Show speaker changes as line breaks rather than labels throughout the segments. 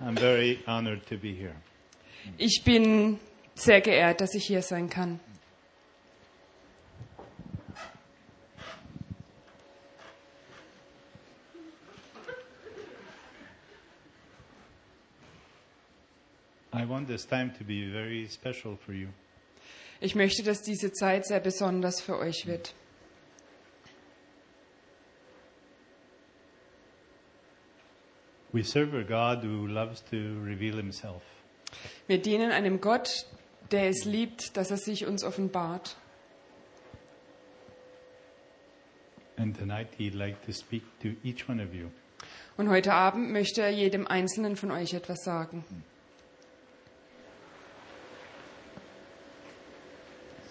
I'm very honored to be here.
Ich bin sehr geehrt, dass ich hier sein kann.
I want this time to be very special for you.
Ich möchte, dass diese Zeit sehr besonders für euch wird.
We serve a God who loves to reveal himself.
Wir dienen einem Gott, der es liebt, dass er sich uns offenbart.
And tonight he'd like to speak to each one of you.
Und heute Abend möchte er jedem Einzelnen von euch etwas sagen.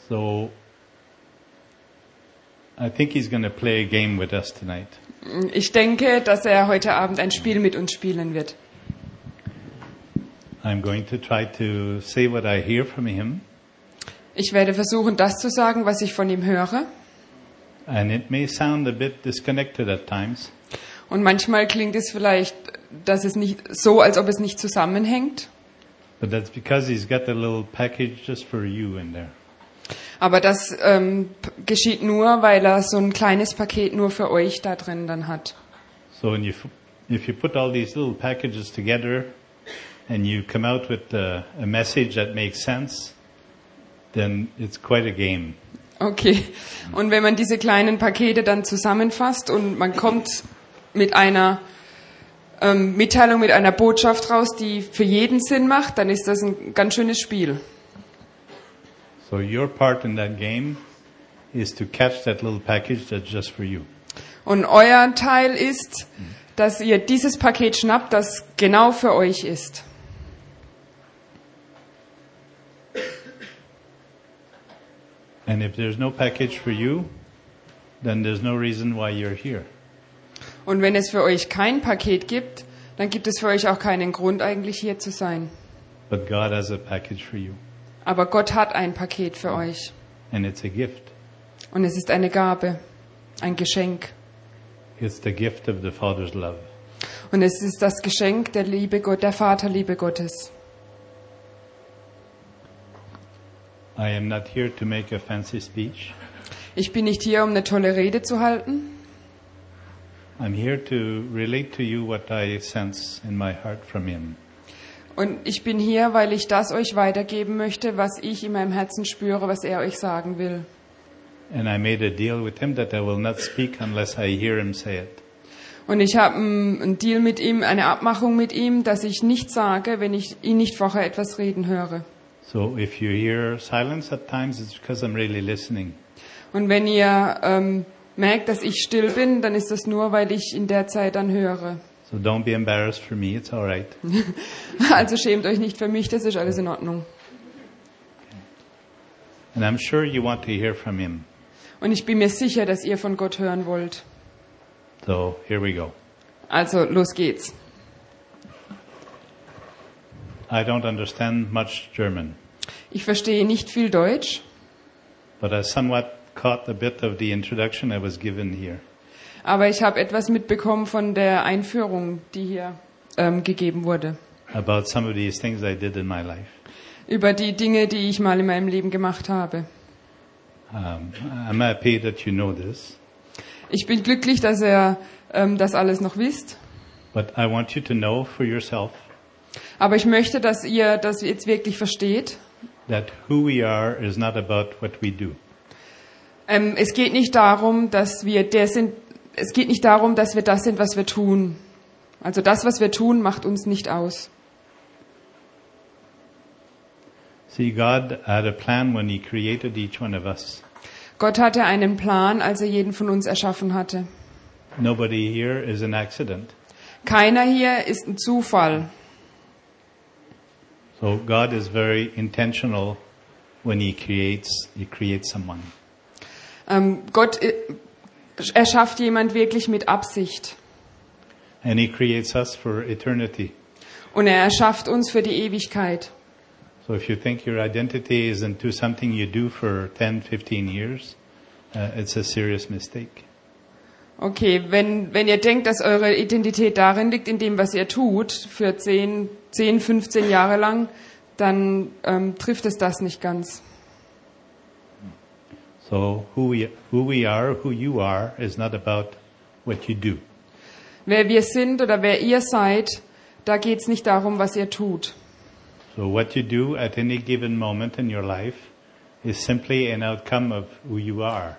So I think he's going to play a game with us tonight.
Ich denke, dass er heute Abend ein Spiel mit uns spielen wird.
I'm going to try to say what I hear from him,
Ich werde versuchen, das zu sagen, was ich von ihm höre.
and it may sound a bit disconnected at times,
Und manchmal klingt es vielleicht, dass es nicht so, als ob es nicht zusammenhängt.
but that's because he's got a little package just for you in there.
Aber das ähm, p- geschieht nur, weil er so ein kleines Paket nur für euch da drin dann hat.
So when you, f- if you put all these little packages together and you come out with a, a message that makes sense, then it's quite a game.
Okay. Und wenn man diese kleinen Pakete dann zusammenfasst und man kommt mit einer ähm, Mitteilung, mit einer Botschaft raus, die für jeden Sinn macht, dann ist das ein ganz schönes Spiel.
So your part in that game is to catch that little package that's just for you.
Und euer Teil ist, dass ihr dieses Paket schnappt, das genau für euch ist.
And if there's no package for you, then there's no reason why you're here.
Und wenn es für euch kein Paket gibt, dann gibt es für euch auch keinen Grund, eigentlich hier zu sein.
But God has a package for you,
Aber Gott hat ein Paket für euch.
and it's a gift.
Und es ist eine Gabe, ein Geschenk.
It's the gift of the Father's love.
Und es ist das Geschenk der Liebe Gott, der Vaterliebe Gottes.
I am not here to make a fancy speech.
Ich bin nicht hier, um eine tolle Rede zu halten.
I'm here to relate to you what I sense in my heart from Him.
Und ich bin hier, weil ich das euch weitergeben möchte, was ich in meinem Herzen spüre, was er euch sagen will.
And I made a deal with Him that I will not speak unless I hear Him say it.
Und ich habe einen einen Deal mit ihm, eine Abmachung mit ihm, dass ich nichts sage, wenn ich ihn nicht vorher etwas reden höre.
So if you hear silence at times, it's because I'm really listening.
Und wenn ihr ähm, merkt, dass ich still bin, dann ist das nur, weil ich in der Zeit dann höre.
So don't be embarrassed for me. It's all right.
Also schämt euch nicht für mich, das ist alles in Ordnung.
And I'm sure you want to hear from Him.
Und ich bin mir sicher, dass ihr von Gott hören wollt.
So here we go.
Also los geht's.
I don't understand much German,
Ich verstehe nicht viel Deutsch,
but I somewhat caught a bit of the introduction I was given here.
aber ich habe etwas mitbekommen von der Einführung, die hier ähm, gegeben wurde.
about some of these things I did in my life.
Über die Dinge, die ich mal in meinem Leben gemacht habe.
Um, I'm happy that you know this,
Ich bin glücklich, dass ihr ähm, das alles noch wisst.
but I want you to know for yourself
Aber ich möchte, dass ihr das jetzt wirklich versteht.
that who we are is not about what we do.
Ähm, es geht nicht darum, dass wir der sind. Es geht nicht darum, dass wir das sind, was wir tun. Also das, was wir tun, macht uns nicht aus.
See, God had a plan when He created each one of us.
Gott hatte einen Plan, als er jeden von uns erschaffen hatte.
Nobody here is an accident.
Keiner hier ist ein Zufall.
So God is very intentional when He creates, He creates someone.
Ähm, Gott äh, erschafft jemand wirklich mit Absicht.
And He creates us for eternity.
Und er erschafft uns für die Ewigkeit.
So if you think your identity is into something you do for 10, 15 years, uh, it's a serious mistake.
Okay, wenn, wenn ihr denkt, dass eure Identität darin liegt, in dem, was ihr tut, für 10, 10 15 Jahre lang, dann ähm, trifft es das nicht ganz.
So who we, who we are, who you are, is not about what you do.
Wer wir sind oder wer ihr seid, da geht's nicht darum, was ihr tut.
So what you do at any given moment in your life is simply an outcome of who you are.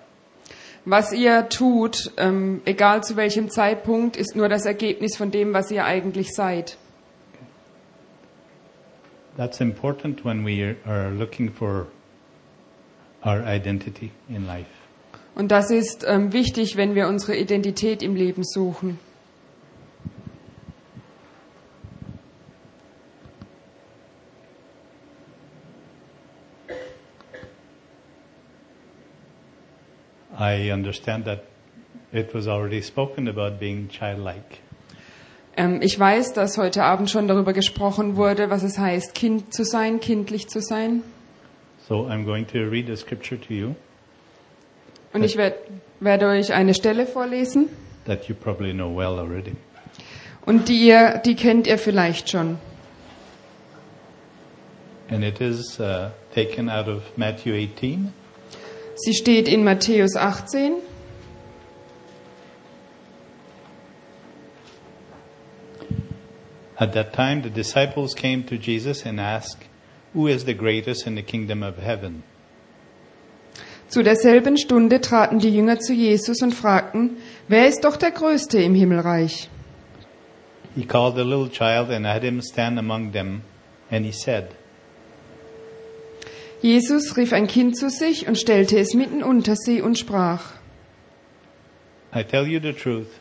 Was ihr tut, ähm, egal zu welchem Zeitpunkt, ist nur das Ergebnis von dem, was ihr eigentlich seid.
That's important when we are- are looking for our identity in life.
Und das ist ähm, wichtig, wenn wir unsere Identität im Leben suchen.
I understand that it was already spoken about being childlike.
Ähm, ich weiß, dass heute Abend schon darüber gesprochen wurde, was es heißt, Kind zu sein, kindlich zu sein.
So I'm going to read a scripture to you
Und ich werd, werde euch eine Stelle vorlesen.
that you probably know well already.
Und die, ihr, die kennt ihr vielleicht schon.
And it is uh, taken out of Matthew 18,
Sie steht in Matthäus 18
At that time, the disciples came to Jesus and asked, Who is the greatest in the kingdom of heaven?
Zu derselben Stunde traten die Jünger zu Jesus und fragten, wer ist doch der Größte im Himmelreich?
He called a little child and had him stand among them, and he said,
Jesus rief ein Kind zu sich und stellte es mitten unter sie und sprach,
I tell you the truth,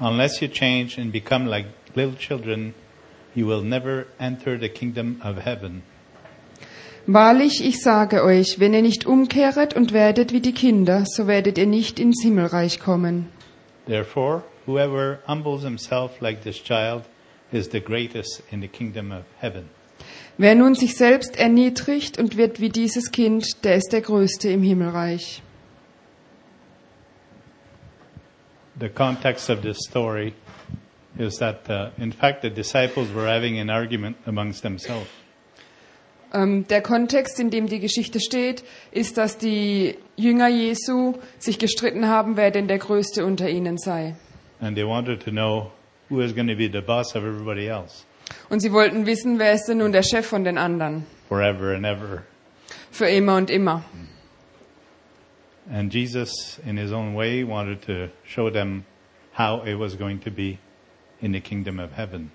unless you change and become like little children, you will never enter the kingdom of heaven.
Wahrlich, ich sage euch, wenn ihr nicht umkehret und werdet wie die Kinder, so werdet ihr nicht ins Himmelreich kommen.
Therefore, whoever humbles himself like this child is the greatest in the kingdom of heaven.
Wer nun sich selbst erniedrigt und wird wie dieses Kind, der ist der Größte im Himmelreich.
the context of this story is that, uh, in fact, the disciples were having an argument amongst themselves.
Ähm, der Kontext, in dem die Geschichte steht, ist, dass die Jünger Jesu sich gestritten haben, wer denn der Größte unter ihnen sei.
And they wanted to know who is going to be the boss of everybody else
Und sie wollten wissen, wer ist denn nun der Chef von den anderen?
forever and ever.
Für immer und immer.
And Jesus, in his own way, wanted to show them how it was going to be in the kingdom of heaven.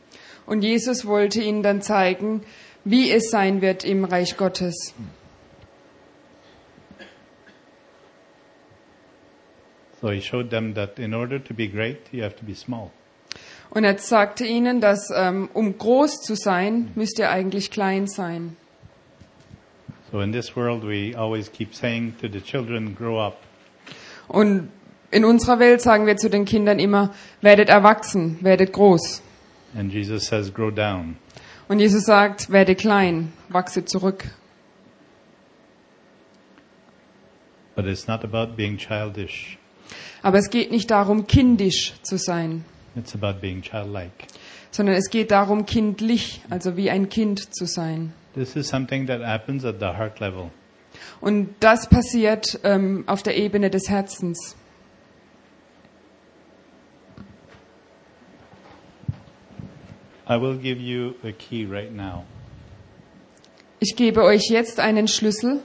Und Jesus wollte ihnen dann zeigen, wie es sein wird im Reich Gottes.
So he showed them that in order to be great, you have to be small.
Und er sagte ihnen, dass ähm, um groß zu sein, müsst ihr eigentlich klein sein.
So in this world, we always keep saying to the children, grow up.
Und in unserer Welt sagen wir zu den Kindern immer, werdet erwachsen, werdet groß.
And Jesus says, grow down.
Und Jesus sagt, werde klein, wachse zurück.
But it's not about being childish.
Aber es geht nicht darum, kindisch zu sein,
It's about being childlike.
sondern es geht darum, kindlich, also wie ein Kind zu sein.
This is something that happens at the heart level.
Und das passiert ähm, auf der Ebene des Herzens.
I will give you a key right now.
Ich gebe euch jetzt einen Schlüssel.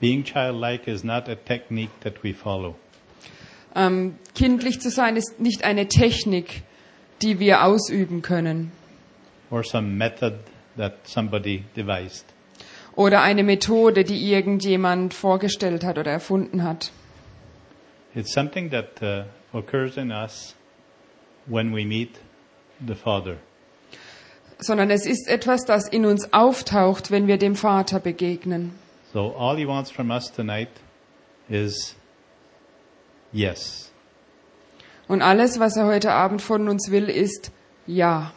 Being childlike is not a technique that we follow.
Ähm, kindlich zu sein ist nicht eine Technik, die wir ausüben können
Or some method that somebody devised.
oder eine Methode, die irgendjemand vorgestellt hat oder erfunden hat,
It's something that uh, occurs in us when we meet the Father.
sondern es ist etwas, das in uns auftaucht, wenn wir dem Vater begegnen.
So all He wants from us tonight is yes.
Und alles, was er heute Abend von uns will, ist ja.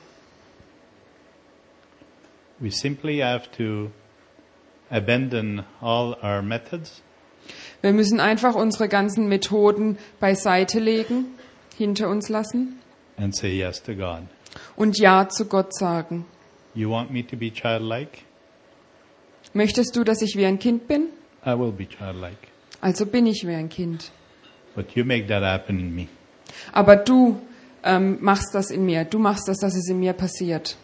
We simply have to abandon all our methods
Wir müssen einfach unsere ganzen Methoden beiseite legen, hinter uns lassen
and say yes to God.
und Ja zu Gott sagen.
You want me to be childlike?
Möchtest du, dass ich wie ein Kind bin?
I will be childlike.
Also bin ich wie ein Kind.
But you make that happen in me.
Aber du ähm, machst das in mir. Du machst das, dass es in mir passiert.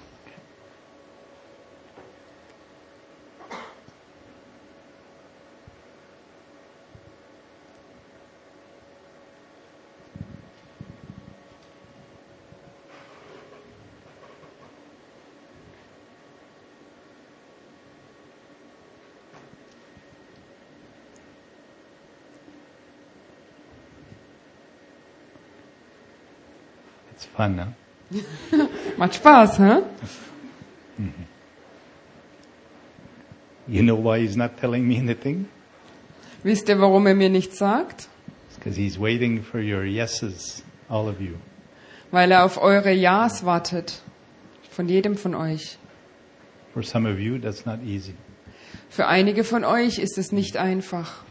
It's fun, huh?
Macht Spaß, hä?
You know why he's not telling me anything?
Wisst ihr, warum er mir nichts sagt?
It's because he's waiting for your yeses, all of you.
Weil er auf eure Ja's wartet. Von jedem von euch.
For some of you, that's not easy.
Für einige von euch ist es nicht einfach.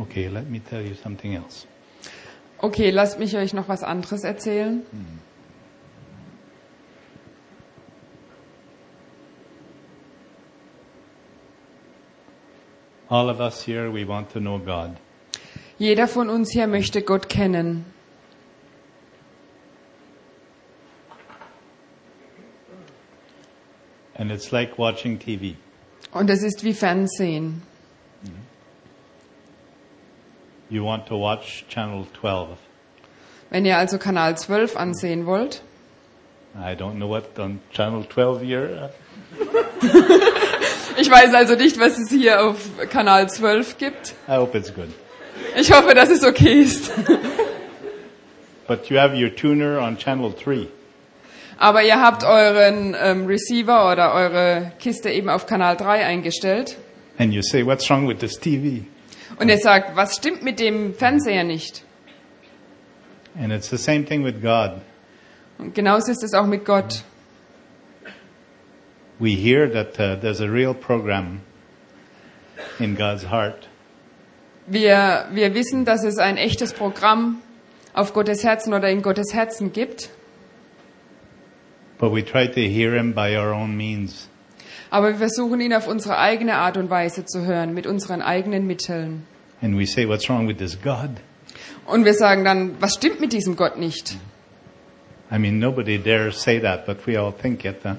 Okay, let me tell you something else.
Okay, lasst mich euch noch was anderes erzählen.
All of us here, we want to know God.
Jeder von uns hier möchte Gott kennen.
And it's like watching TV.
Und es ist wie Fernsehen.
You want to watch Channel 12.
Wenn ihr also Kanal 12 ansehen wollt,
I don't know what on Channel 12 here.
ich weiß also nicht, was es hier auf Kanal 12 gibt.
I hope it's good.
Ich hoffe, dass es okay ist.
But you have your tuner on Channel 3.
Aber ihr habt euren ähm, Receiver oder eure Kiste eben auf Kanal 3 eingestellt.
And you say, what's wrong with this TV?
Und ihr sagt, was stimmt mit dem Fernseher nicht?
And it's the same thing with God.
Und genauso ist es auch mit Gott.
We hear that uh, there's a real program in God's heart.
Wir, wir wissen, dass es ein echtes Programm auf Gottes Herzen oder in Gottes Herzen gibt.
But we try to hear him by our own means.
Aber wir versuchen ihn auf unsere eigene Art und Weise zu hören, mit unseren eigenen Mitteln.
And we say, what's wrong with this God?
Und wir sagen dann, was stimmt mit diesem Gott nicht?
I mean, nobody dares say that, but we all think it, uh, huh?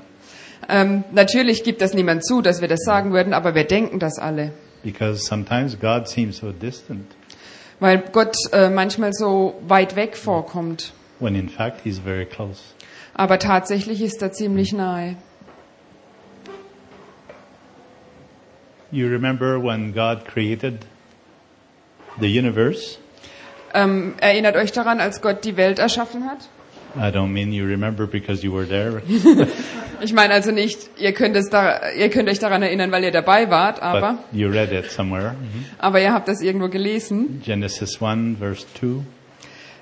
Ähm, natürlich gibt das niemand zu, dass wir das sagen würden, aber wir denken das alle.
Because sometimes God seems so distant,
Weil Gott äh, manchmal so weit weg vorkommt.
when in fact he's very close.
Aber tatsächlich ist er ziemlich nahe.
You remember when God created the universe?
Ähm, erinnert euch daran, als Gott die Welt erschaffen hat?
I don't mean you remember because you were there,
Ich meine also nicht, ihr könnt, es da, ihr könnt euch daran erinnern, weil ihr dabei wart, aber,
but you read it somewhere.
aber ihr habt das irgendwo gelesen.
Genesis 1 verse 2.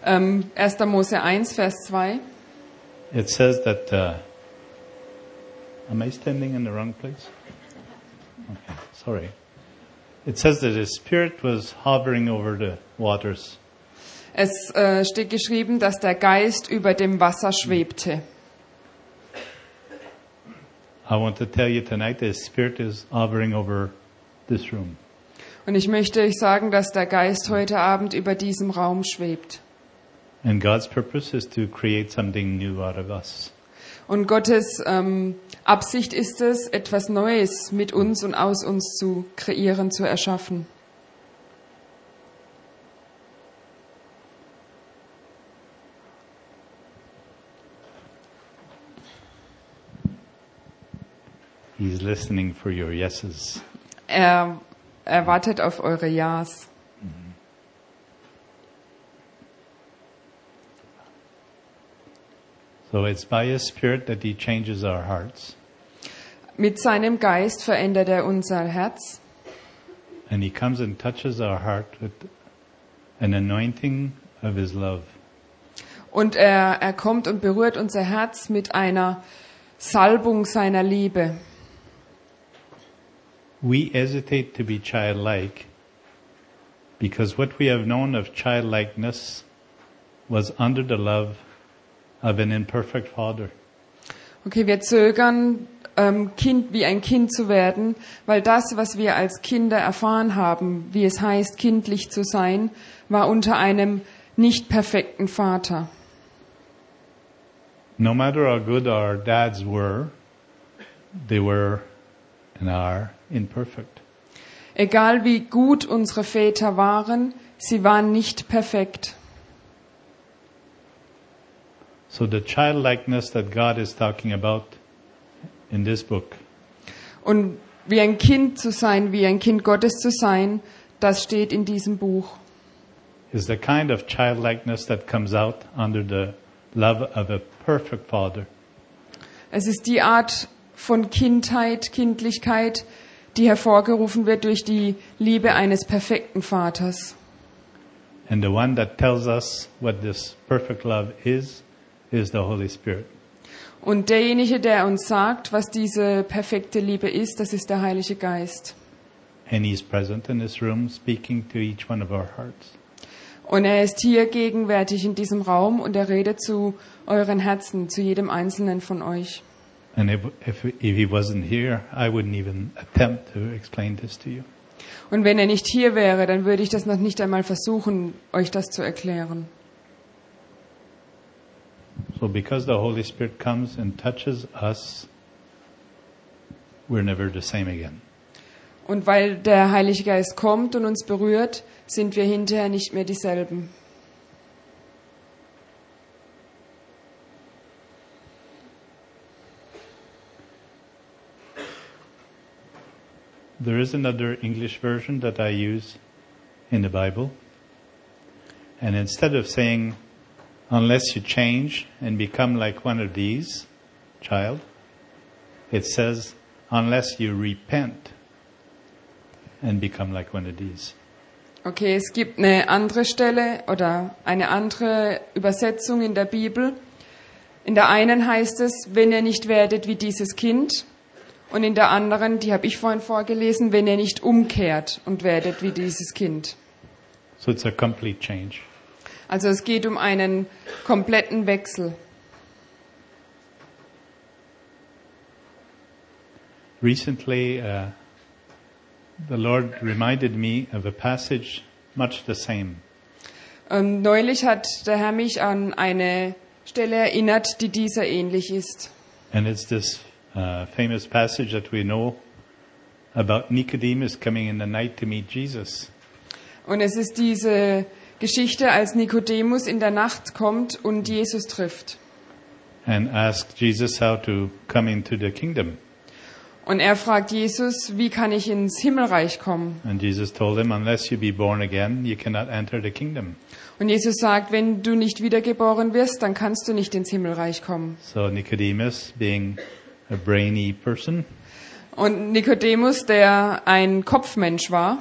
Ähm, 1. Mose 1, Vers 2.
It says that, uh, am I standing in the wrong place? Okay, sorry. It says that his spirit was hovering over the waters.
Es äh, steht geschrieben, dass der Geist über dem Wasser schwebte.
I want to tell you tonight that his spirit is hovering over this room.
Und ich möchte euch sagen, dass der Geist heute Abend über diesem Raum schwebt.
And God's purpose is to create something new out of us.
Und Gottes ähm, Absicht ist es, etwas Neues mit uns und aus uns zu kreieren, zu erschaffen.
He's listening for your yeses.
Er, er wartet auf eure Ja's.
So it's by his spirit that he changes our hearts
Mit seinem Geist verändert er unser Herz
and he comes and touches our heart with an anointing of his love.
Und er, er kommt und berührt unser Herz mit einer Salbung seiner Liebe.
We hesitate to be childlike because what we have known of childlikeness was under the love of an imperfect father.
Okay, wir zögern, ähm, Kind wie ein Kind zu werden, weil das, was wir als Kinder erfahren haben, wie es heißt, kindlich zu sein, war unter einem nicht perfekten Vater.
No matter how good our dads were, they were and are imperfect.
Egal wie gut unsere Väter waren, sie waren nicht perfekt.
So the childlikeness that God is talking about in this book
Und wie ein Kind zu sein, wie ein Kind Gottes zu sein, das steht in diesem Buch.
is the kind of childlikeness that comes out under the love of a perfect father.
Es ist die Art von Kindheit, Kindlichkeit, die hervorgerufen wird durch die Liebe eines perfekten Vaters.
And the one that tells us what this perfect love is, is the Holy Spirit.
Und derjenige, der uns sagt, was diese perfekte Liebe ist, das ist der Heilige Geist.
And He's present in this room speaking to each one of our hearts.
Und er ist hier gegenwärtig in diesem Raum und er redet zu euren Herzen, zu jedem einzelnen von euch.
And if, if, if He wasn't here, I wouldn't even attempt to explain this to you.
Und wenn er nicht hier wäre, dann würde ich das noch nicht einmal versuchen, euch das zu erklären.
So because the Holy Spirit comes and touches us, we're never the same again.
Und weil der Heilige Geist kommt und uns berührt, sind wir hinterher nicht mehr dieselben.
There is another English version that I use in the Bible. And instead of saying, unless you change and become like one of these, child, it says, unless you repent and become like one of these.
Okay, es gibt eine andere Stelle oder eine andere Übersetzung in der Bibel. In der einen heißt es, wenn ihr nicht werdet wie dieses Kind. Und in der anderen, die habe ich vorhin vorgelesen, wenn ihr nicht umkehrt und werdet wie dieses Kind.
So it's a complete change.
Also es geht um einen kompletten Wechsel.
Recently, uh, the Lord reminded me of a passage much the same.
Ähm, neulich hat der Herr mich an eine Stelle erinnert, die dieser ähnlich ist.
And it's this uh, famous passage that we know about Nicodemus coming in the night to meet Jesus.
Und es ist diese Geschichte, als Nikodemus in der Nacht kommt und Jesus trifft.
and ask Jesus how to come into the kingdom.
Und er fragt Jesus, wie kann ich ins Himmelreich kommen?
And Jesus told him, unless you be born again, you cannot enter the kingdom.
Und Jesus sagt, wenn du nicht wiedergeboren wirst, dann kannst du nicht ins Himmelreich kommen.
So Nicodemus, being a brainy person,
Und Nikodemus, der ein Kopfmensch war,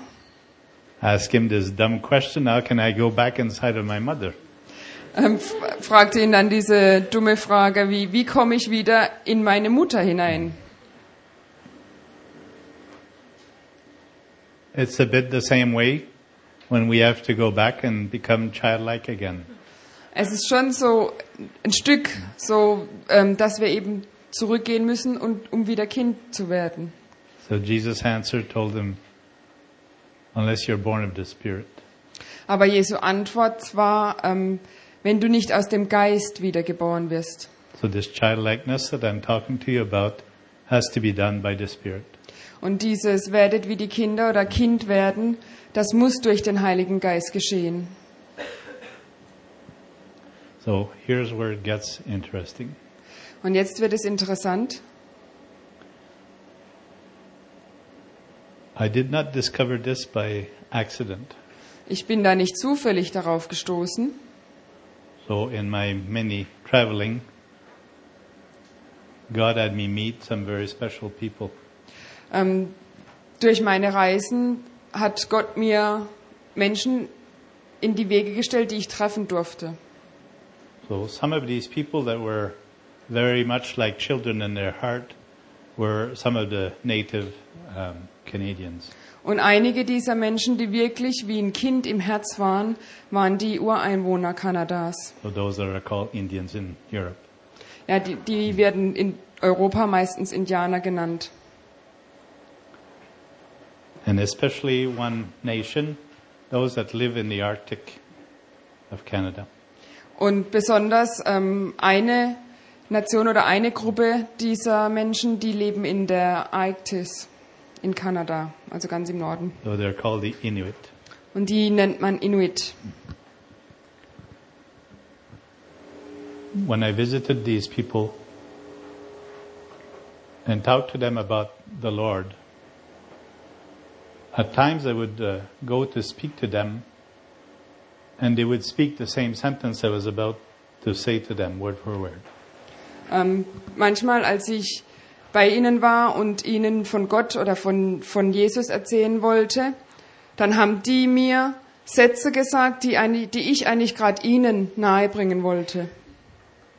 asked him this dumb question, how can I go back inside of my mother?
ähm, f- fragte ihn dann diese dumme Frage, wie, wie komme ich wieder in meine Mutter hinein?
It's a bit the same way when we have to go back and become childlike again.
Es ist schon so ein Stück, so ähm, dass wir eben zurückgehen müssen und um wieder Kind zu werden.
So Jesus' answer told him, unless you're born of the Spirit.
Aber Jesu Antwort war, ähm, wenn du nicht aus dem Geist wiedergeboren wirst.
So this childlikeness that I'm talking to you about has to be done by the Spirit.
Und dieses werdet wie die Kinder oder Kind werden, das muss durch den Heiligen Geist geschehen.
So here's where it gets interesting.
Und jetzt wird es interessant.
I did not discover this by accident.
Ich bin da nicht zufällig darauf gestoßen.
So in my many traveling, God had me meet some very special people.
Ähm, durch meine Reisen hat Gott mir Menschen in die Wege gestellt, die ich treffen durfte.
So some of these people that were very much like children in their heart were some of the native um, Canadians.
Und einige dieser Menschen, die wirklich wie ein Kind im Herz waren, waren die Ureinwohner Kanadas.
So those that are called Indians in Europe.
Ja, die, die werden in Europa meistens Indianer genannt.
And especially one nation, those that live in the Arctic of Canada.
Und besonders ähm, eine Nation oder eine Gruppe dieser Menschen, die leben in der Arktis in Kanada, also ganz im Norden.
So they're called the Inuit.
Und die nennt man Inuit.
When I visited these people and talked to them about the Lord, at times I would uh, go to speak to them and they would speak the same sentence I was about to say to them word for word.
Ähm, manchmal, als ich bei ihnen war und ihnen von Gott oder von, von Jesus erzählen wollte, dann haben die mir Sätze gesagt, die, eigentlich- die ich eigentlich gerade ihnen nahebringen wollte.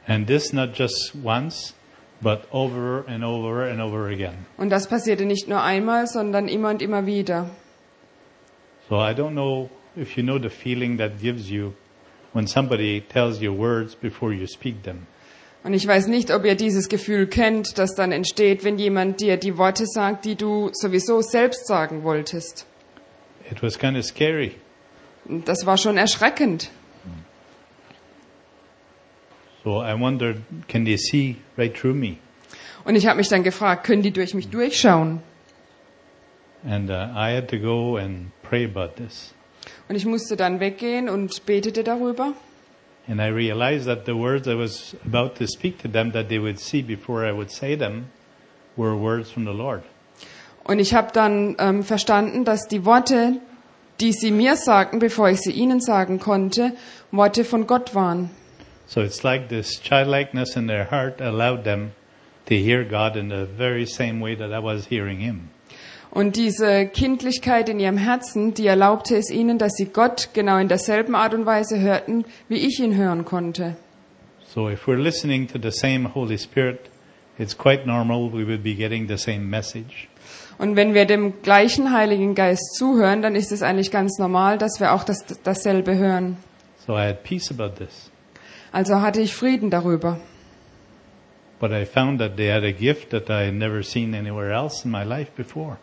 And this not just once, but over and over and over again.
Und das passierte nicht nur einmal, sondern immer und immer wieder.
So I don't know if you know the feeling that gives you when somebody tells you words before you speak them.
Und ich weiß nicht, ob ihr dieses Gefühl kennt, das dann entsteht, wenn jemand dir die Worte sagt, die du sowieso selbst sagen wolltest.
It was kind of scary.
Und das war schon erschreckend.
So I wondered, can they see right through me?
Und ich habe mich dann gefragt, können die durch mich durchschauen?
And uh, I had to go and pray about this.
Und ich musste dann weggehen und betete darüber.
And I realized that the words I was about to speak to them that they would see before I would say them were words from the Lord.
Und ich habe dann ähm, verstanden, dass die Worte, die sie mir sagten, bevor ich sie ihnen sagen konnte, Worte von Gott waren.
So it's like this childlikeness in their heart allowed them to hear God in the very same way that I was hearing Him.
Und diese Kindlichkeit in ihrem Herzen, die erlaubte es ihnen, dass sie Gott genau in derselben Art und Weise hörten, wie ich ihn hören konnte.
So if we're listening to the same Holy Spirit, it's quite normal we would be getting the same message.
Und wenn wir dem gleichen Heiligen Geist zuhören, dann ist es eigentlich ganz normal, dass wir auch das, dasselbe hören.
So I had peace about this.
Also hatte ich Frieden darüber.
But I found that they had a gift that I had never seen anywhere else in my life before.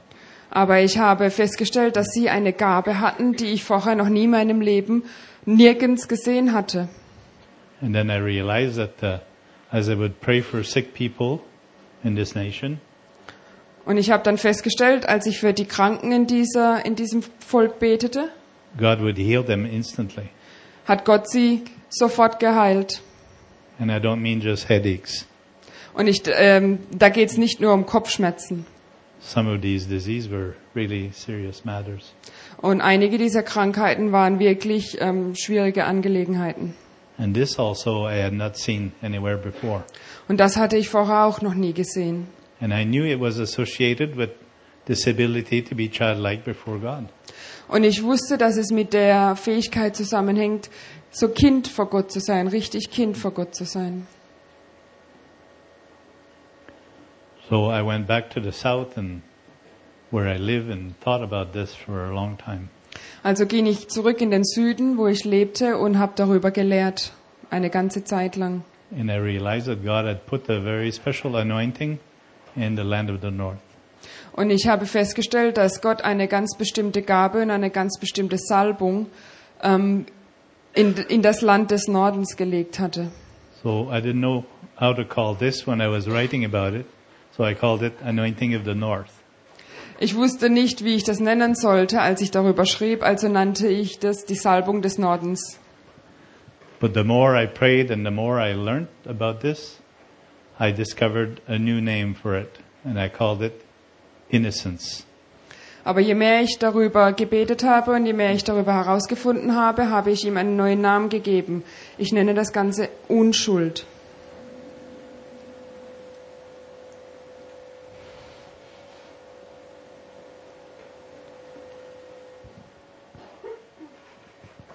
Aber ich habe festgestellt, dass sie eine Gabe hatten, die ich vorher noch nie in meinem Leben nirgends gesehen hatte.
And then I realized that uh, as I would pray for sick people in this nation,
Und ich habe dann festgestellt, als ich für die Kranken in, dieser, in diesem Volk betete,
God would heal them instantly.
hat Gott sie sofort geheilt.
And I don't mean just headaches.
Und ich, ähm, da geht's nicht nur um Kopfschmerzen.
Some of these diseases were really serious matters.
Und einige dieser Krankheiten waren wirklich ähm, schwierige Angelegenheiten.
And this also I had not seen anywhere before.
Und das hatte ich vorher auch noch nie gesehen.
And I knew it was associated with this ability to be childlike before God.
Und ich wusste, dass es mit der Fähigkeit zusammenhängt, so Kind vor Gott zu sein, richtig Kind vor Gott zu sein.
So I went back to the south and where I live and thought about this for a long time.
Also ging ich zurück in den Süden, wo ich lebte, und habe darüber gelehrt, eine ganze Zeit lang.
And I realized that God had put a very special anointing in the land of the north.
Und ich habe festgestellt, dass Gott eine ganz bestimmte Gabe und eine ganz bestimmte Salbung ähm, in, in das Land des Nordens gelegt hatte.
So I didn't know how to call this when I was writing about it. So I called it anointing of the north.
Ich wusste nicht, wie ich das nennen sollte, als ich darüber schrieb, also nannte ich das die Salbung des Nordens.
But the more I prayed and the more I learned about this, I discovered a new name for it, and I called it innocence.
Aber je mehr ich darüber gebetet habe und je mehr ich darüber herausgefunden habe, habe ich ihm einen neuen Namen gegeben. Ich nenne das Ganze Unschuld.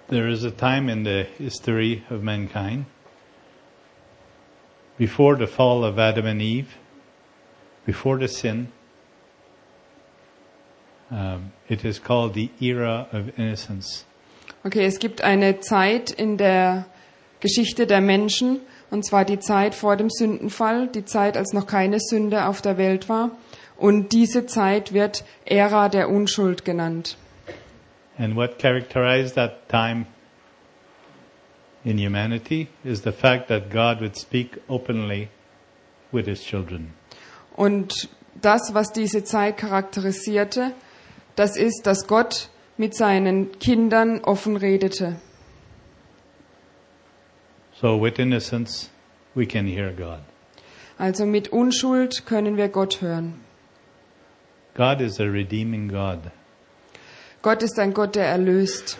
There is a time in the history of mankind before the fall of Adam and Eve, before the sin, um, it is called the era of innocence.
Okay, es gibt eine Zeit in der Geschichte der Menschen, und zwar die Zeit vor dem Sündenfall, die Zeit, als noch keine Sünde auf der Welt war. Und diese Zeit wird Ära der Unschuld genannt.
And what characterized that time in humanity is the fact that God would speak openly with his children.
Und das, was diese Zeit charakterisierte, das ist, dass Gott mit seinen Kindern offen redete.
So with innocence, we can hear God.
Also mit Unschuld können wir Gott hören.
God is a redeeming God.
Gott ist ein Gott, der erlöst.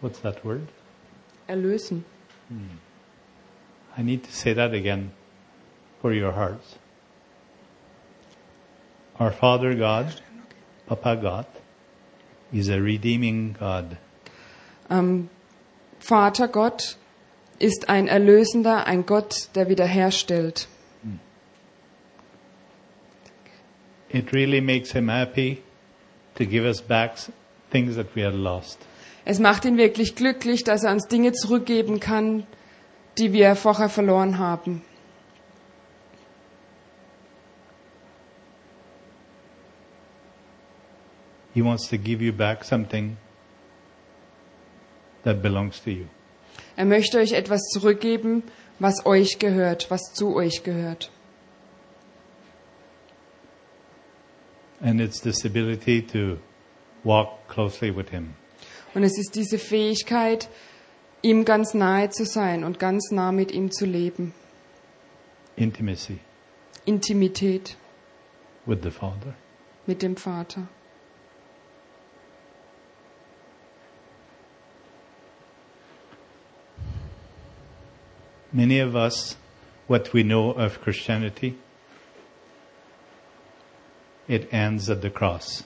What's that word?
Erlösen.
I need to say that again for your hearts. Our Father God, Papa God, is a redeeming God.
Ähm, Vater Gott ist ein Erlösender, ein Gott, der wiederherstellt.
It really makes him happy to give us back things that we had lost.
Es macht ihn wirklich glücklich, dass er uns Dinge zurückgeben kann, die wir vorher verloren haben.
He wants to give you back something that belongs to you.
Er möchte euch etwas zurückgeben, was euch gehört, was zu euch gehört.
And it's this ability to walk closely with him.
Und es ist diese Fähigkeit, ihm ganz nahe zu sein und ganz nah mit ihm zu leben.
Intimacy
Intimität
with the Father.
mit dem Vater.
Many of us, what we know of Christianity, it ends at the cross.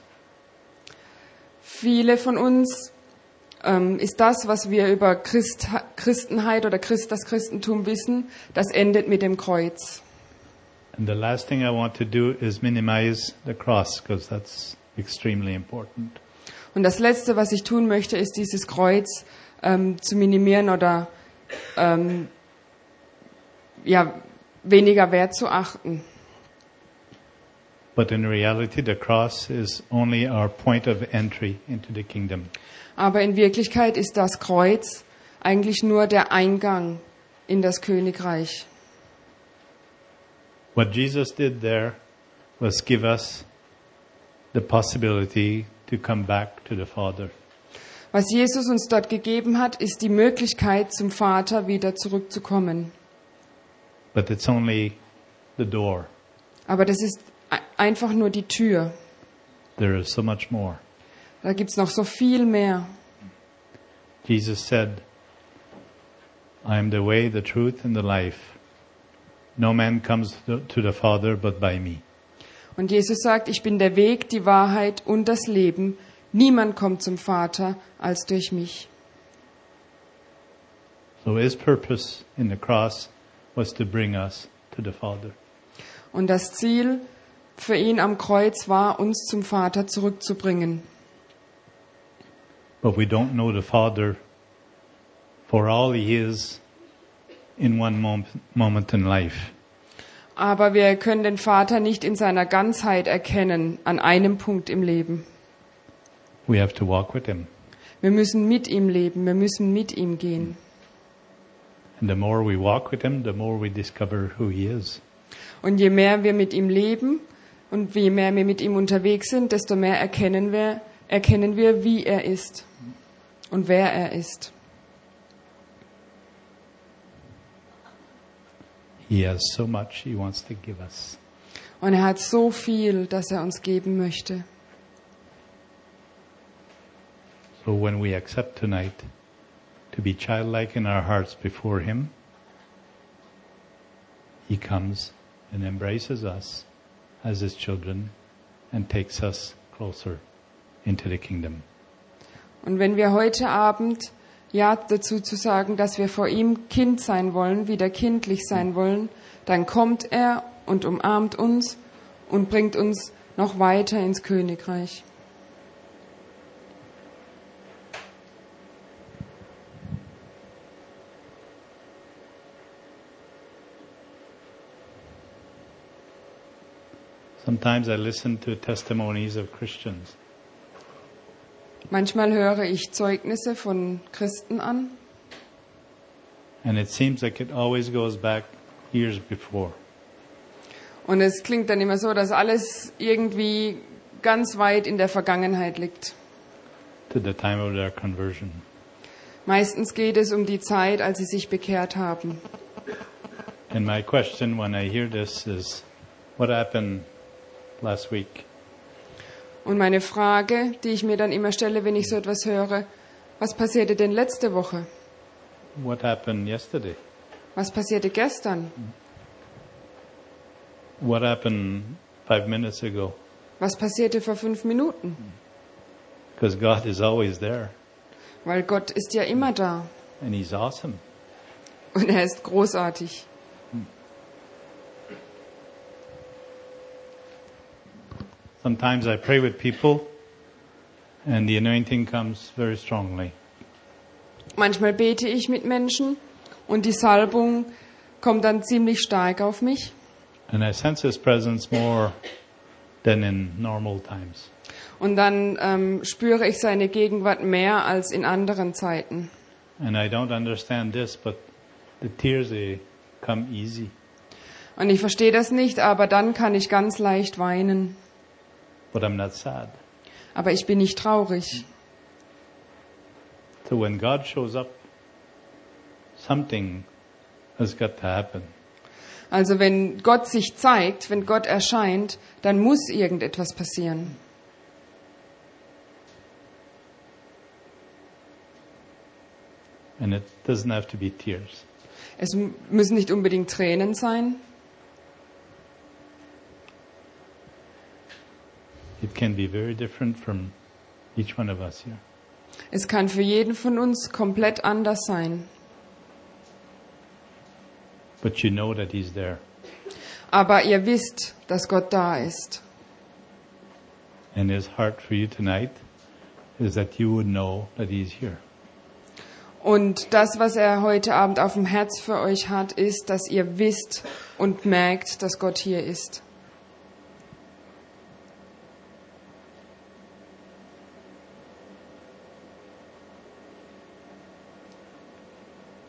Viele von uns ähm, ist das, was wir über Christ, Christenheit oder Christ, das Christentum wissen, das endet mit dem Kreuz.
And the last thing I want to do is minimize the cross because that's extremely important.
Und das Letzte, was ich tun möchte, ist dieses Kreuz ähm, zu minimieren oder ähm, ja, weniger wert zu achten.
But in reality, the cross is only our point of entry into the kingdom.
Aber in Wirklichkeit ist das Kreuz eigentlich nur der Eingang in das Königreich.
What Jesus did there was give us the possibility to come back to the Father.
Was Jesus uns dort gegeben hat, ist die Möglichkeit, zum Vater wieder zurückzukommen.
But it's only the door.
Aber das ist e- einfach nur die Tür.
There is so much more.
Da gibt's noch so viel mehr.
Jesus said, I am the way, the truth, and the life. No man comes to to the Father but by me.
Und Jesus sagt, ich bin der Weg, die Wahrheit und das Leben. Niemand kommt zum Vater als durch mich.
So his purpose in the cross was to bring us to the Father.
Und das Ziel für ihn am Kreuz war, uns zum Vater zurückzubringen.
But we don't know the Father for all he is in one mom- moment in life.
Aber wir können den Vater nicht in seiner Ganzheit erkennen, an einem Punkt im Leben.
We have to walk with him.
Wir müssen mit ihm leben, wir müssen mit ihm gehen.
And the more we walk with him, the more we discover who he is.
Und je mehr wir mit ihm leben und je mehr wir mit ihm unterwegs sind, desto mehr erkennen wir, erkennen wir, wie er ist und wer er ist.
He has so much he wants to give us.
Und er hat so viel, dass er uns geben möchte.
So when we accept tonight to be childlike in our hearts before Him, He comes and embraces us as His children and takes us closer into the kingdom.
Und wenn wir heute Abend Ja dazu zu sagen, dass wir vor ihm Kind sein wollen, wieder kindlich sein wollen, dann kommt er und umarmt uns und bringt uns noch weiter ins Königreich.
Sometimes I listen to testimonies of Christians.
Manchmal höre ich Zeugnisse von Christen an
And it seems like it always goes back years before.
und es klingt dann immer so, dass alles irgendwie ganz weit in der Vergangenheit liegt.
to the time of their conversion.
Meistens geht es um die Zeit, als sie sich bekehrt haben.
And my question when I hear this is, what happened last week?
Und meine Frage, die ich mir dann immer stelle, wenn ich so etwas höre, was passierte denn letzte Woche?
What happened yesterday?
Was passierte gestern?
What happened five minutes ago?
Was passierte vor fünf Minuten?
Because God is always there
Weil Gott ist ja immer da
and He's awesome.
und er ist großartig.
Sometimes I pray with people and the anointing comes very strongly.
Manchmal bete ich mit Menschen und die Salbung kommt dann ziemlich stark auf mich.
And I sense His presence more than in normal times.
Und dann ähm, spüre ich seine Gegenwart mehr als in anderen Zeiten.
And I don't understand this, but the tears, they come easy.
Und ich verstehe das nicht, aber dann kann ich ganz leicht weinen.
But I'm not sad.
Aber ich bin nicht traurig.
So when God shows up, something has got to happen.
Also wenn Gott sich zeigt, wenn Gott erscheint, dann muss irgendetwas passieren.
And it doesn't have to be tears.
Es m- müssen nicht unbedingt Tränen sein.
It can be very different from each one of us here.
Es kann für jeden von uns komplett anders sein.
But you know that He's there.
Aber ihr wisst, dass Gott da ist.
And His heart for you tonight is that you would know that He's here.
Und das, was er heute Abend auf dem Herz für euch hat, ist, dass ihr wisst und merkt, dass Gott hier ist.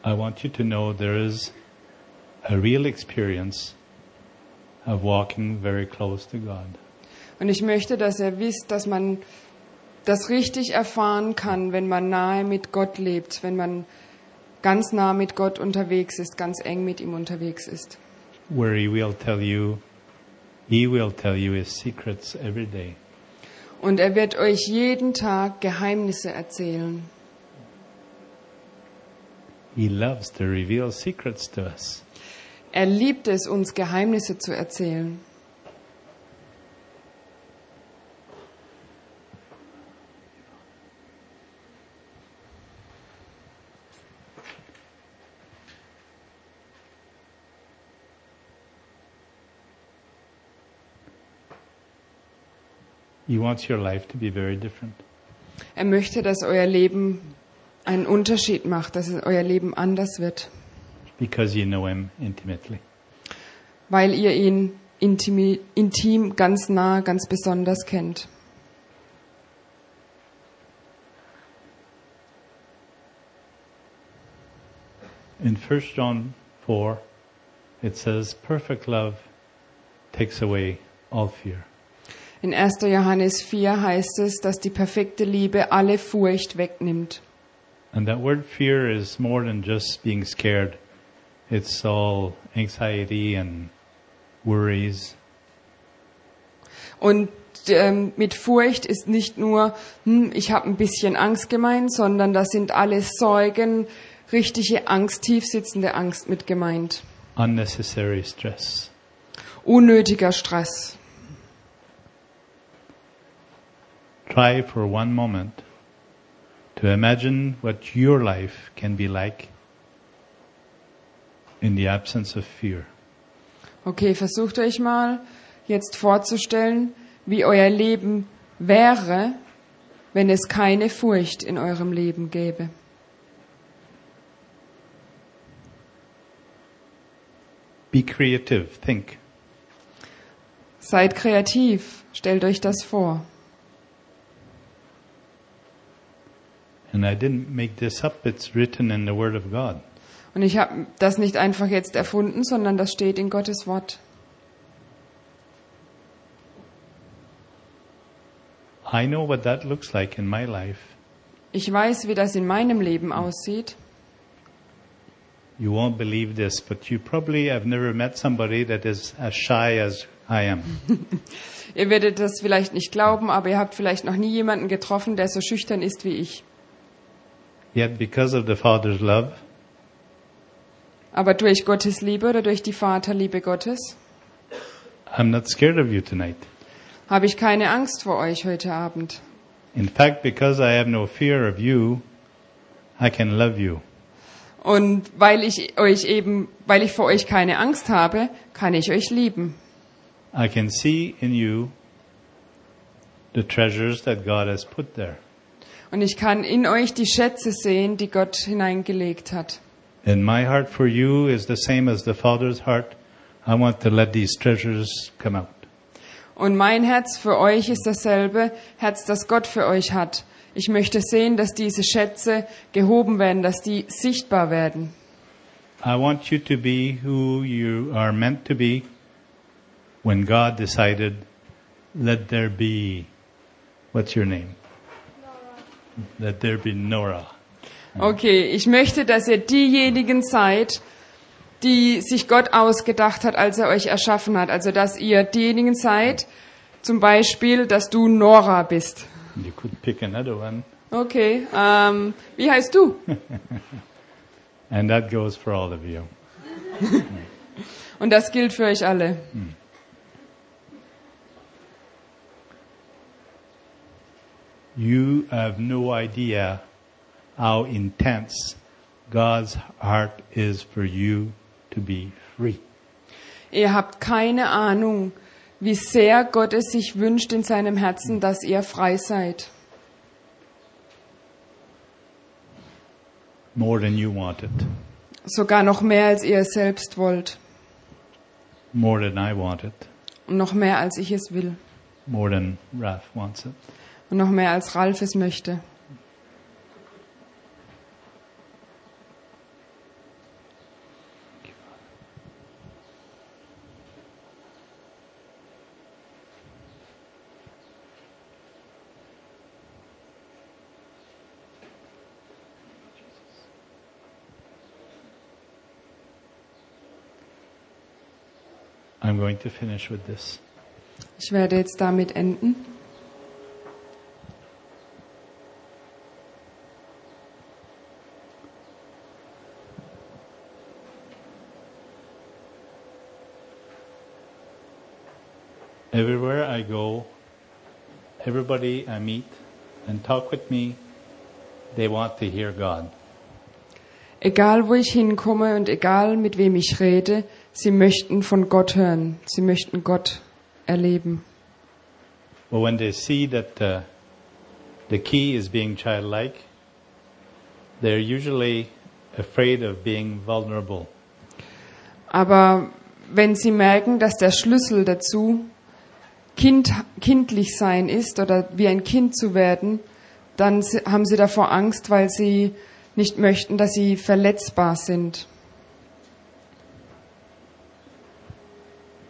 I want you to know there is a real experience of walking very close to God.
Und ich möchte, dass ihr wisst, dass man das richtig erfahren kann, wenn man nahe mit Gott lebt, wenn man ganz nah mit Gott unterwegs ist, ganz eng mit ihm unterwegs ist.
Where He will tell you, He will tell you His secrets every day.
Und er wird euch jeden Tag Geheimnisse erzählen.
He loves to reveal secrets to us.
Er liebt es, uns Geheimnisse zu erzählen.
He wants your life to be very different.
Er möchte, dass euer Leben einen Unterschied macht, dass es- euer Leben anders wird,
because you know him intimately.
weil ihr ihn intimi, intim, ganz nah, ganz besonders kennt.
In 1 John 4, it says, Perfect love takes away all fear.
In 1. Johannes 4 heißt es, dass die perfekte Liebe alle Furcht wegnimmt.
And that word fear is more than just being scared, it's all anxiety and worries.
Und ähm, mit Furcht ist nicht nur, hm, ich habe ein bisschen Angst gemeint, sondern das sind alle Sorgen, richtige Angst, tiefsitzende Angst mit gemeint.
Unnecessary stress.
Unnötiger Stress.
Try for one moment to to imagine what your life can be like in the absence of fear.
Okay, versucht euch mal jetzt vorzustellen, wie euer Leben wäre, wenn es keine Furcht in eurem Leben gäbe.
Be creative, think.
Seid kreativ, stellt euch das vor.
And I didn't make this up, it's written in the Word of God.
Und ich habe das nicht einfach jetzt erfunden, sondern das steht in Gottes Wort.
I know what that looks like in my life.
Ich weiß, wie das in meinem Leben aussieht.
You won't believe this, but you probably have never met somebody that is as shy as I am.
Ihr werdet das vielleicht nicht glauben, aber ihr habt vielleicht noch nie jemanden getroffen, der so schüchtern ist wie ich.
Yet, because of the Father's love,
Aber durch Gottes Liebe oder durch die Vaterliebe Gottes
I'm not scared of you tonight.
habe ich keine Angst vor euch heute Abend.
In fact, because I have no fear of you, I can love you.
Und weil ich euch eben, weil ich vor euch keine Angst habe, kann ich euch lieben.
I can see in you the treasures that God has put there.
Und ich kann in euch die Schätze sehen, die Gott hineingelegt hat.
And my heart for you is the same as the Father's heart. I want to let these treasures come out.
Und mein Herz für euch ist dasselbe Herz, das Gott für euch hat. Ich möchte sehen, dass diese Schätze gehoben werden, dass die sichtbar werden.
I want you to be who you are meant to be when God decided, let there be, what's your name? Let there be Nora.
Okay, ich möchte, dass ihr diejenigen seid, die sich Gott ausgedacht hat, als er euch erschaffen hat. Also, dass ihr diejenigen seid, zum Beispiel, dass du Nora bist.
You could pick another one.
Okay, ähm, wie heißt du?
And that goes for all of you.
Und das gilt für euch alle.
You have no idea how intense God's heart is for you to be free.
Ihr habt keine Ahnung, wie sehr Gott es sich wünscht in seinem Herzen, dass ihr frei seid.
More than you want it.
Sogar noch mehr, als ihr es selbst wollt.
More than I want it.
Und noch mehr, als ich es will.
More than Raph wants it.
Und noch mehr, als Ralf es möchte.
I'm going to finish with this.
Ich werde jetzt damit enden.
Everywhere I go, everybody I meet and talk with me, they want to hear God.
Egal wo ich hinkomme und egal mit wem ich rede, sie möchten von Gott hören, sie möchten Gott erleben.
But when they see that uh, the key is being childlike, they're usually afraid of being vulnerable.
Aber wenn sie merken, dass der Schlüssel dazu kind, kindlich sein ist oder wie ein Kind zu werden, dann si- haben sie davor Angst, weil sie nicht möchten, dass sie verletzbar sind.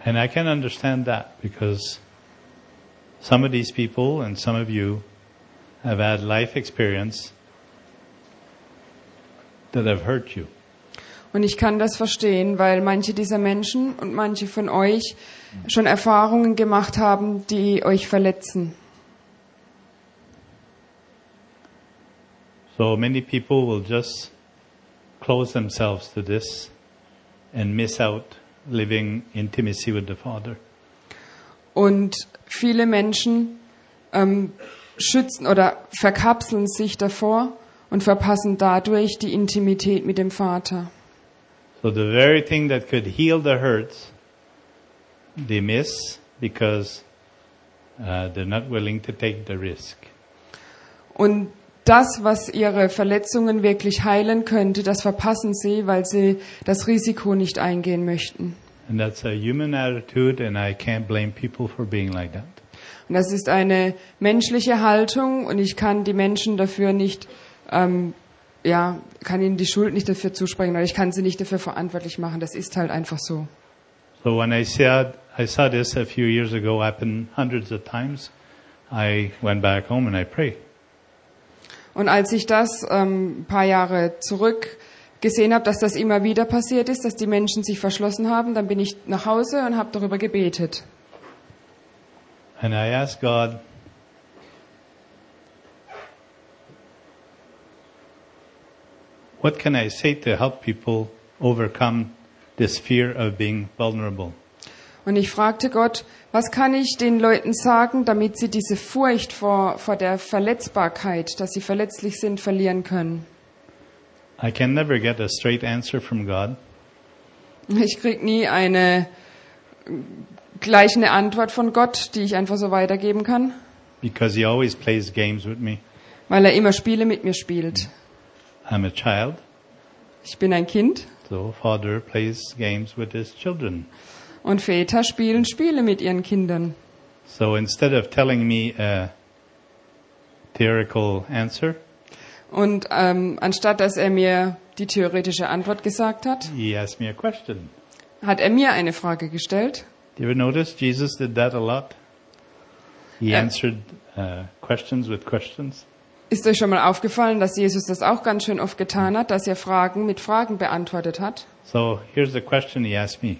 And I can understand that because some of these people and some of you have had life experience that have hurt you.
Und ich kann das verstehen, weil manche dieser Menschen und manche von euch schon Erfahrungen gemacht haben, die euch verletzen.
So many people will just close themselves to this and miss out living intimacy with the Father.
Und viele Menschen ähm, schützen oder verkapseln sich davor und verpassen dadurch die Intimität mit dem Vater.
So the very thing that could heal the hurts, they miss because uh, they're not willing to take the risk.
Und das, was ihre Verletzungen wirklich heilen könnte, das verpassen sie, weil sie das Risiko nicht eingehen möchten.
And that's a human attitude, and I can't blame people for being like that.
Und das ist eine menschliche Haltung und ich kann die Menschen dafür nicht, ähm, ja, kann ihnen die Schuld nicht dafür zusprechen oder ich kann sie nicht dafür verantwortlich machen. Das ist halt einfach so.
So when I saw, I saw this a few years ago happen hundreds of times, I went back home and I prayed.
Und als ich das ähm, ein paar Jahre zurück gesehen habe, dass das immer wieder passiert ist, dass die Menschen sich verschlossen haben, dann bin ich nach Hause und habe darüber gebetet.
And I asked God, what can I say to help people overcome this fear of being vulnerable?
Und ich fragte Gott, was kann ich den Leuten sagen, damit sie diese Furcht vor, vor der Verletzbarkeit, dass sie verletzlich sind, verlieren können.
I can never get a straight answer from God,
Ich krieg nie eine äh, gleich eine Antwort von Gott, die ich einfach so weitergeben kann,
because He always plays games with me.
weil er immer Spiele mit mir spielt.
I'm a child,
Ich bin ein Kind
so father plays games with his children.
und Väter spielen Spiele mit ihren Kindern.
So instead of telling me a theoretical answer,
Und ähm, anstatt dass er mir die theoretische Antwort gesagt hat,
he asked me a question.
hat er mir eine Frage gestellt.
Do you ever notice Jesus did that a lot? He
Yeah.
answered uh, questions with questions.
Ist euch schon mal aufgefallen, dass Jesus das auch ganz schön oft getan hat, dass er Fragen mit Fragen beantwortet hat?
So here's the question he asked me.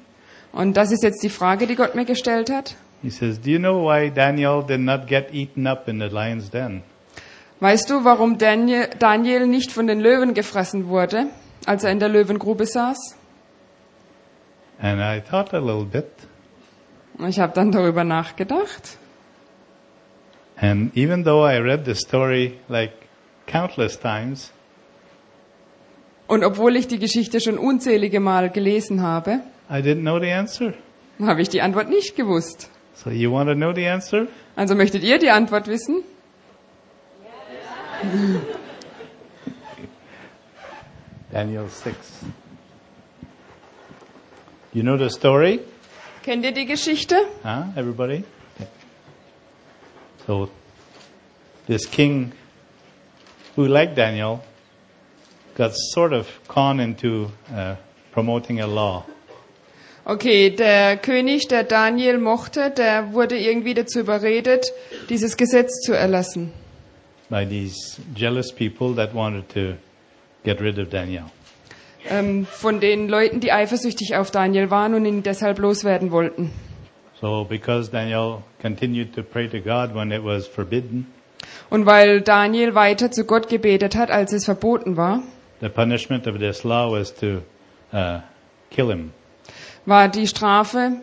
Und das ist jetzt die Frage, die Gott mir gestellt hat.
He says, Do you know why Daniel did not get eaten up in the lion's den?
Weißt du, warum Daniel, Daniel nicht von den Löwen gefressen wurde, als er in der Löwengrube saß?
And I thought a little bit.
Und Ich habe dann darüber nachgedacht.
And even though I read the story like countless times,
Und obwohl ich die Geschichte schon unzählige Mal gelesen habe,
I didn't know the answer.
habe ich die Antwort nicht gewusst.
So you want to know the answer?
Also möchtet ihr die Antwort wissen?
Daniel 6. You know the story?
Kennt ihr die Geschichte?
Huh? Everybody? So, this king who, like Daniel, got sort of conned into uh, promoting a law.
Okay, der König, der Daniel mochte, der wurde irgendwie dazu überredet, dieses Gesetz zu erlassen.
by these jealous people that wanted to get rid of Daniel.
Ähm, von den Leuten, die eifersüchtig auf Daniel waren und ihn deshalb loswerden wollten.
So, because Daniel continued to pray to God when it was forbidden,
Und weil Daniel weiter zu Gott gebetet hat, als es verboten war,
the punishment of this law was to uh, kill him.
war die Strafe,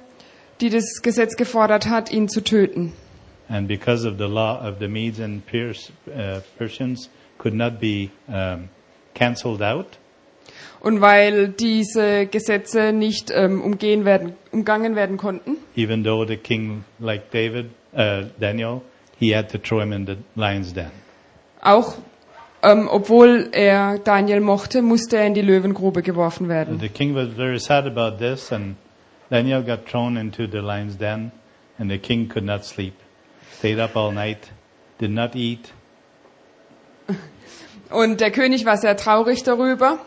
die das Gesetz gefordert hat, ihn zu töten.
And because of the law of the Medes and Pers- uh, Persians could not be um, cancelled out,
Und weil diese Gesetze nicht ähm, umgehen werden, umgangen werden konnten,
even though the king, like David, uh, Daniel, he had to throw him in the lion's den.
auch ähm, obwohl er Daniel mochte, musste er in die Löwengrube geworfen werden.
The king was very sad about this, and Daniel got thrown into the lion's den, and the king could not sleep. Stayed up all night, did not eat.
Und der König war sehr traurig darüber.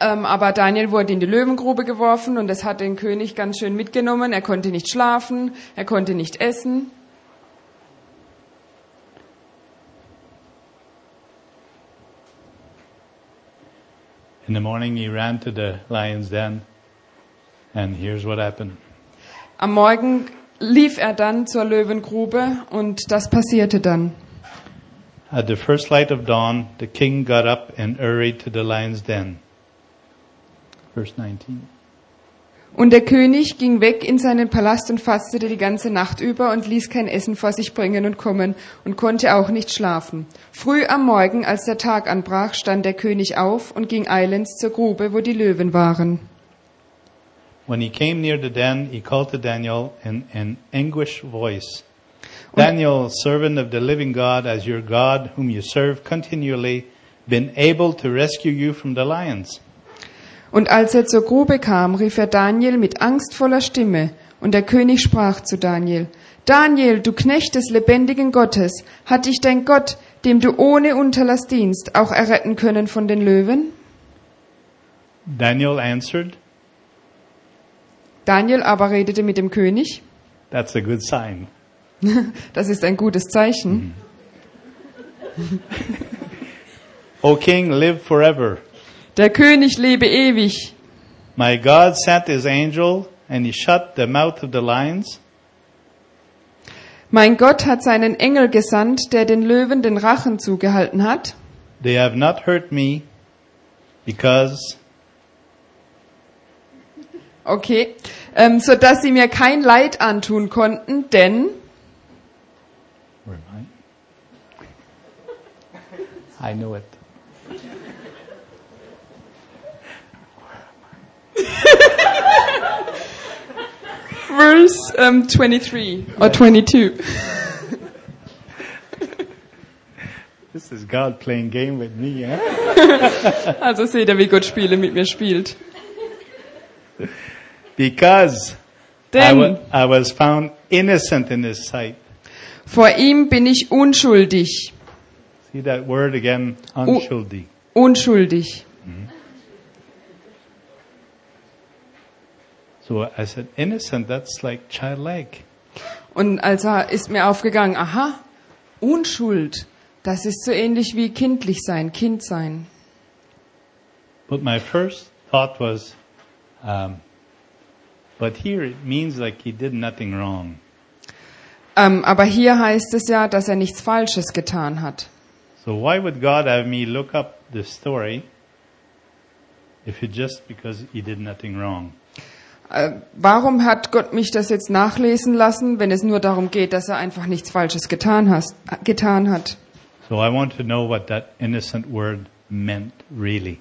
Ähm, aber Daniel wurde in die Löwengrube geworfen und das hat den König ganz schön mitgenommen. Er konnte nicht schlafen, er konnte nicht essen.
In the morning, he ran to the lion's den, and here's what happened.
Am Morgen lief er dann zur Löwengrube und das passierte dann.
At the first light of dawn, the king got up and hurried to the lion's den. Verse 19.
Und der König ging weg in seinen Palast und fastete die ganze Nacht über und ließ kein Essen vor sich bringen und kommen und konnte auch nicht schlafen. Früh am Morgen, als der Tag anbrach, stand der König auf und ging eilends zur Grube, wo die Löwen waren.
When he came near the den, he called to Daniel in an anguished voice Daniel, servant of the living God, as your God, whom you serve continually, been able to rescue you from the lions.
Und als er zur Grube kam, rief er Daniel mit angstvoller Stimme. Und der König sprach zu Daniel, Daniel, du Knecht des lebendigen Gottes, hat dich dein Gott, dem du ohne Unterlass dienst, auch erretten können von den Löwen?
Daniel answered,
Daniel aber redete mit dem König,
That's a good sign.
das ist ein gutes Zeichen.
O king, live forever.
Der König lebe ewig.
My God sent his angel, and he shut the mouth of the lions.
Mein Gott hat seinen Engel gesandt, der den Löwen den Rachen zugehalten hat.
They have not hurt me, because
Okay, ähm, so dass sie mir kein Leid antun konnten, denn
Where am I? I know it.
Verse ähm, 23 or 22.
This is God playing game with me, eh? huh?
Also seht ihr, wie Gott Spiele mit mir spielt.
Because I, wa-
Denn
I was found innocent in his sight.
vor ihm bin ich unschuldig.
See that word again, unschuldig.
Unschuldig.
So I said, innocent, that's like childlike.
Und also ist mir aufgegangen, aha, Unschuld. Das ist so ähnlich wie kindlich sein, Kind sein.
But my first thought was, um, but here it means like he did nothing wrong.
Ähm, aber hier heißt es ja, dass er nichts Falsches getan hat.
So why would God have me look up this story if it just because he did nothing wrong?
Äh, warum hat Gott mich das jetzt nachlesen lassen, wenn es nur darum geht, dass er einfach nichts Falsches getan, hast, getan hat?
So I want to know what that innocent word meant really.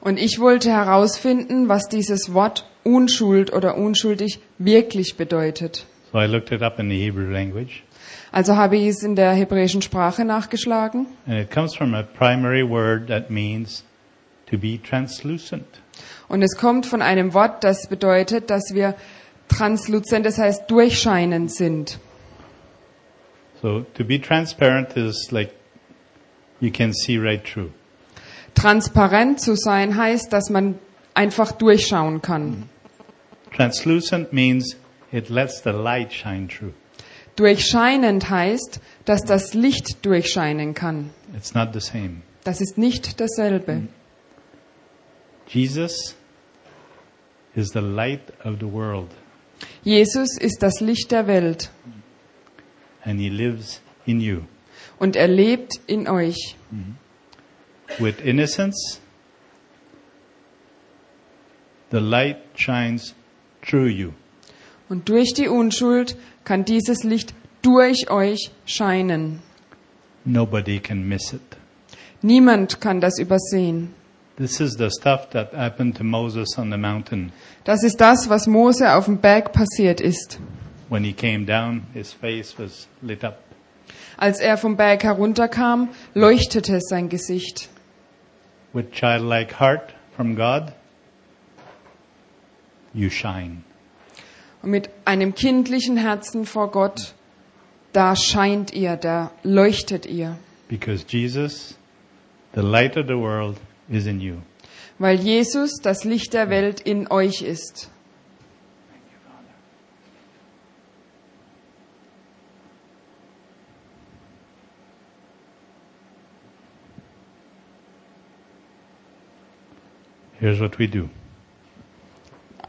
Und ich wollte herausfinden, was dieses Wort Unschuld oder unschuldig wirklich bedeutet.
So I looked it up in the Hebrew language.
Also habe ich es in der hebräischen Sprache nachgeschlagen.
And it comes from a primary word that means to be translucent.
Und es kommt von einem Wort, das bedeutet, dass wir transluzent, das heißt durchscheinend sind.
So to be transparent is like you can see right through.
Transparent zu sein heißt, dass man einfach durchschauen kann.
Translucent means it lets the light shine through.
Durchscheinend heißt, dass das Licht durchscheinen kann.
It's not the same.
Das ist nicht dasselbe.
Jesus is the light of the world
Jesus ist das Licht der Welt
and he lives in you.
und er lebt in euch.
With innocence, the light shines through you.
Und durch die Unschuld kann dieses Licht durch euch scheinen.
Nobody can miss it.
Niemand kann das übersehen.
This is the stuff that happened to Moses on the mountain.
Das ist das, was Mose auf dem Berg passiert ist.
When he came down, his face was lit up.
Als er vom Berg herunterkam, leuchtete sein Gesicht.
With childlike heart from God, you shine.
Und mit einem kindlichen Herzen vor Gott, da scheint ihr, da leuchtet ihr.
Because Jesus, the light of the world, is in you.
Weil Jesus das Licht der Welt in euch ist.
Here's what we do.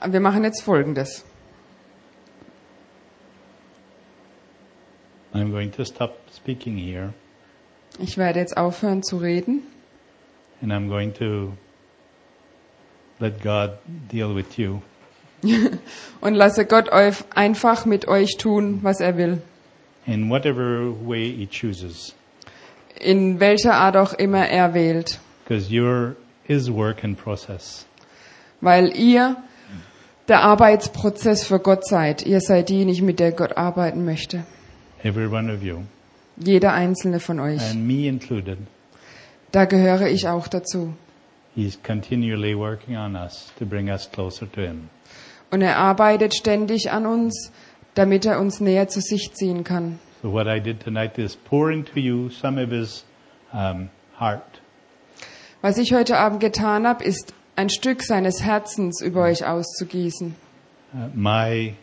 Wir machen jetzt Folgendes.
I'm going to stop speaking here
Ich werde jetzt aufhören zu reden
and I'm going to let God deal with you
und lasse Gott eu- einfach mit euch tun, was er will.
in whatever way He chooses,
In welcher Art auch immer er wählt.
because you're His work in process.
Weil ihr der Arbeitsprozess für Gott seid. Ihr seid diejenigen, mit der Gott arbeiten möchte.
Every one of you,
Jeder einzelne von euch.
and me included,
Da gehöre ich auch dazu.
He's continually working on us to bring us closer to Him.
Und er arbeitet ständig an uns, damit er uns näher zu sich ziehen kann.
So what I did tonight is pour into you some of His um, heart.
Was ich heute Abend getan habe, ist ein Stück seines Herzens über euch auszugießen.
Uh, my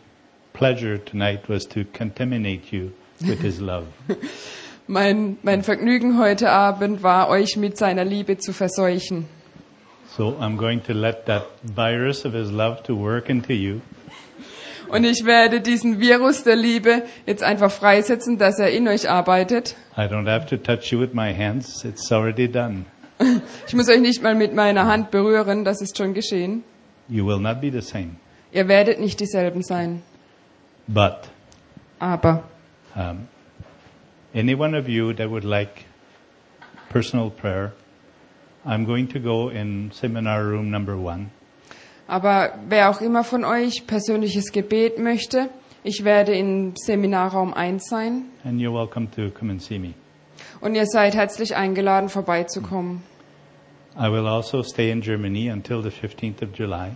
pleasure tonight was to contaminate you with His love.
Mein, mein Vergnügen heute Abend war, euch mit seiner Liebe zu verseuchen.
So I'm going to let that virus of His love to work into you.
Und ich werde diesen Virus der Liebe jetzt einfach freisetzen, dass er in euch arbeitet.
I don't have to touch you with my hands. It's already done.
Ich muss euch nicht mal mit meiner Hand berühren, das ist schon geschehen.
You will not be the same.
Ihr werdet nicht dieselben sein.
But
Aber
um, any one of you that would like personal prayer, I'm going to go in seminar room number one.
Aber wer auch immer von euch persönliches Gebet möchte, ich werde im Seminarraum 1 sein
and you're welcome to come and see me.
und ihr seid herzlich eingeladen, vorbeizukommen.
I will also stay in Germany until the 15th of July.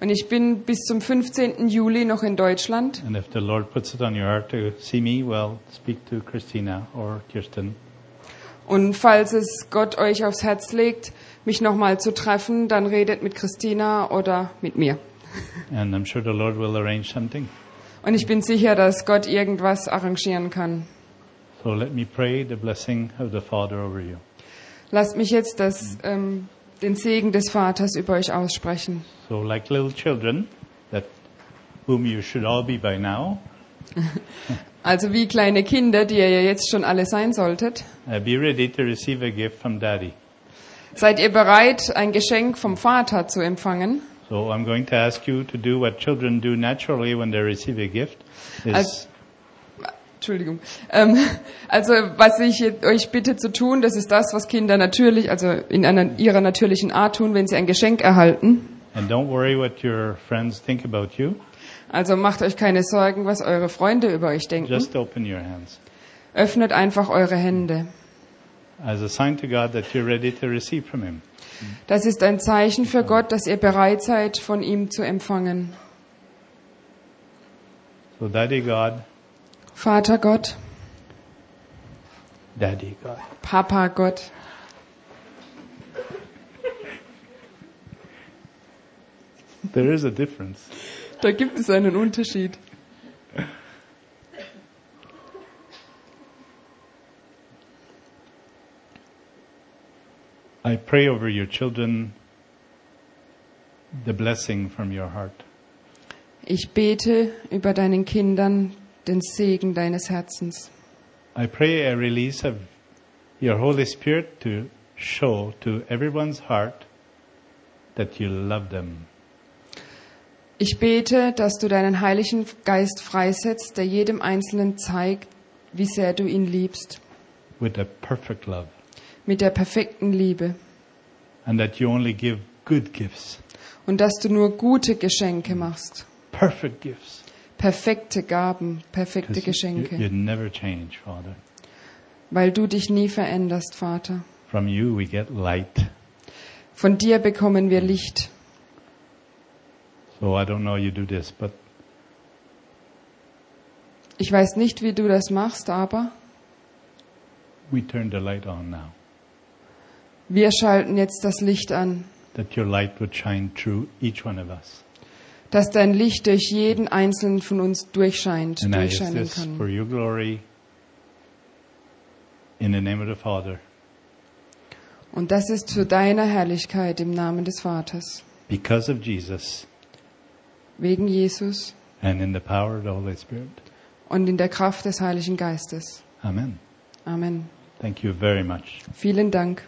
Und ich bin bis zum 15. Juli noch in Deutschland.
And if the Lord puts it on your heart to see me, well, speak to Christina or Kirsten.
Und falls es Gott euch aufs Herz legt, mich nochmal zu treffen, dann redet mit Christina oder mit mir.
And I'm sure the Lord will arrange something.
Und ich bin sicher, dass Gott irgendwas arrangieren kann.
So let me pray the blessing of the Father over you.
Lasst mich jetzt das, ähm, den Segen des Vaters über euch aussprechen.
So like little children that whom you should all be by now,
Also wie kleine Kinder, die ihr ja jetzt schon alle sein solltet.
uh, be ready to receive a gift from daddy.
Seid ihr bereit, ein Geschenk vom Vater zu empfangen?
So I'm going to ask you to do what children do naturally when they receive a gift is
Als- Entschuldigung. Ähm, also was ich jetzt euch bitte zu tun, das ist das, was Kinder natürlich, also in einer, ihrer natürlichen Art tun, wenn sie ein Geschenk erhalten.
and don't worry what your friends think about you.
Also macht euch keine Sorgen, was eure Freunde über euch denken.
Just open your hands
Öffnet einfach eure Hände.
as a sign to God that you're ready to receive from Him.
Das ist ein Zeichen für Gott, dass ihr bereit seid, von ihm zu empfangen.
So, Daddy God,
Vater Gott,
Daddy God,
Papa Gott,
there is a difference.
da gibt es einen Unterschied.
I pray over your children the blessing from your heart.
Ich bete über deinen Kindern den Segen deines Herzens.
I pray a release of your Holy Spirit to show to everyone's heart that you love them.
Ich bete, dass du deinen Heiligen Geist freisetzt, der jedem Einzelnen zeigt, wie sehr du ihn liebst,
with a perfect love,
mit der perfekten Liebe.
and that you only give good gifts,
Und dass du nur gute Geschenke machst,
perfect gifts.
perfekte Gaben, perfekte
'Cause you, you,
Geschenke,
you never change, Father.
weil du dich nie veränderst, Vater.
From you we get light.
Von dir bekommen wir Licht.
So I don't know you do this, but
Ich weiß nicht, wie du das machst, aber
we turn the light on now,
wir schalten jetzt das Licht an,
that your light would shine through each one of us.
dass dein Licht durch jeden einzelnen von uns durchscheint,
And I ask
durchscheinen
this for
kann.
your glory, in the name of the Father,
Und das ist zu deiner Herrlichkeit im Namen des Vaters.
because of Jesus,
wegen Jesus
and in the power of the Holy Spirit.
und in der Kraft des Heiligen Geistes.
Amen.
Amen.
Thank you very much.
Vielen Dank.